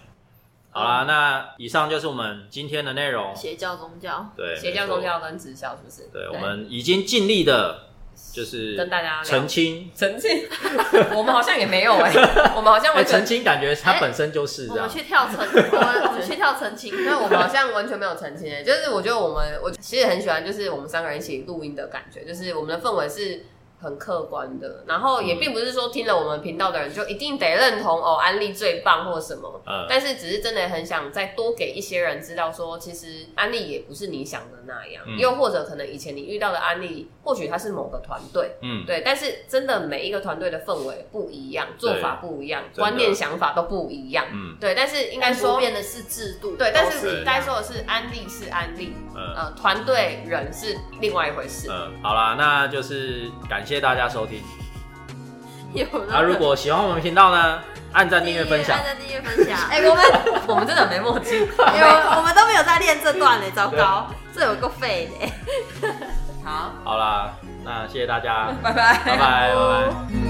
Speaker 2: 好
Speaker 1: 嗯
Speaker 2: 啦，那以上就是我们今天的内容。
Speaker 3: 邪教宗教。
Speaker 2: 对，
Speaker 1: 邪教、
Speaker 2: 没错
Speaker 1: 宗教。跟直销是不是？
Speaker 2: 对，我们已经尽力的，就是
Speaker 1: 跟大家聊
Speaker 2: 澄清。
Speaker 1: 澄清， 我们好像也没有哎、 我们好像完
Speaker 2: 哎，
Speaker 1: 全
Speaker 2: 澄清感觉它本身就是
Speaker 3: 我
Speaker 2: 这样
Speaker 3: 们。去跳层，我们我们去跳层情，因 为
Speaker 1: 那
Speaker 3: 我
Speaker 1: 我们
Speaker 3: 们
Speaker 1: 好像完全没有澄清诶，就是我觉得我们，我其实很喜欢，就是我们三个人一起录音的感觉，就是我们的氛围是很客观的，然后
Speaker 2: 嗯
Speaker 1: 也并不是说听了我们频道的人就一定得认同哦，安利最棒或什么，
Speaker 2: 嗯
Speaker 1: 但是只是真的很想再多给一些人知道说，其实安利也不是你想的那样，
Speaker 2: 嗯
Speaker 1: 又或者可能以前你遇到的安利，或许它是某个团队，
Speaker 2: 嗯，
Speaker 1: 对，但是真的每一个团队的氛围不一样，做法不一样，
Speaker 2: 真的
Speaker 1: 观念想法都不一样，
Speaker 2: 嗯
Speaker 1: 对，但是应
Speaker 3: 应
Speaker 1: 该
Speaker 3: 该
Speaker 1: 说
Speaker 3: 说。变的是制度，
Speaker 1: 对，但
Speaker 3: 都
Speaker 1: 是
Speaker 2: 对
Speaker 1: 该说的是安利是安利，
Speaker 2: 嗯
Speaker 1: 呃，团队人是另外一回事。
Speaker 2: 嗯，好啦，那就是感谢大家收听。
Speaker 3: 有那
Speaker 2: 那如果喜欢我们频道呢，按赞、订阅、分享
Speaker 3: 按。赞订阅分享，哎，
Speaker 1: 哎，我们 我们真的没默契。
Speaker 3: 有我们 都没有在练这段嘞，糟糕，这有个废嘞。
Speaker 1: 好，
Speaker 2: 好啦，那谢谢大家，
Speaker 1: 拜拜，
Speaker 2: 拜拜，拜拜。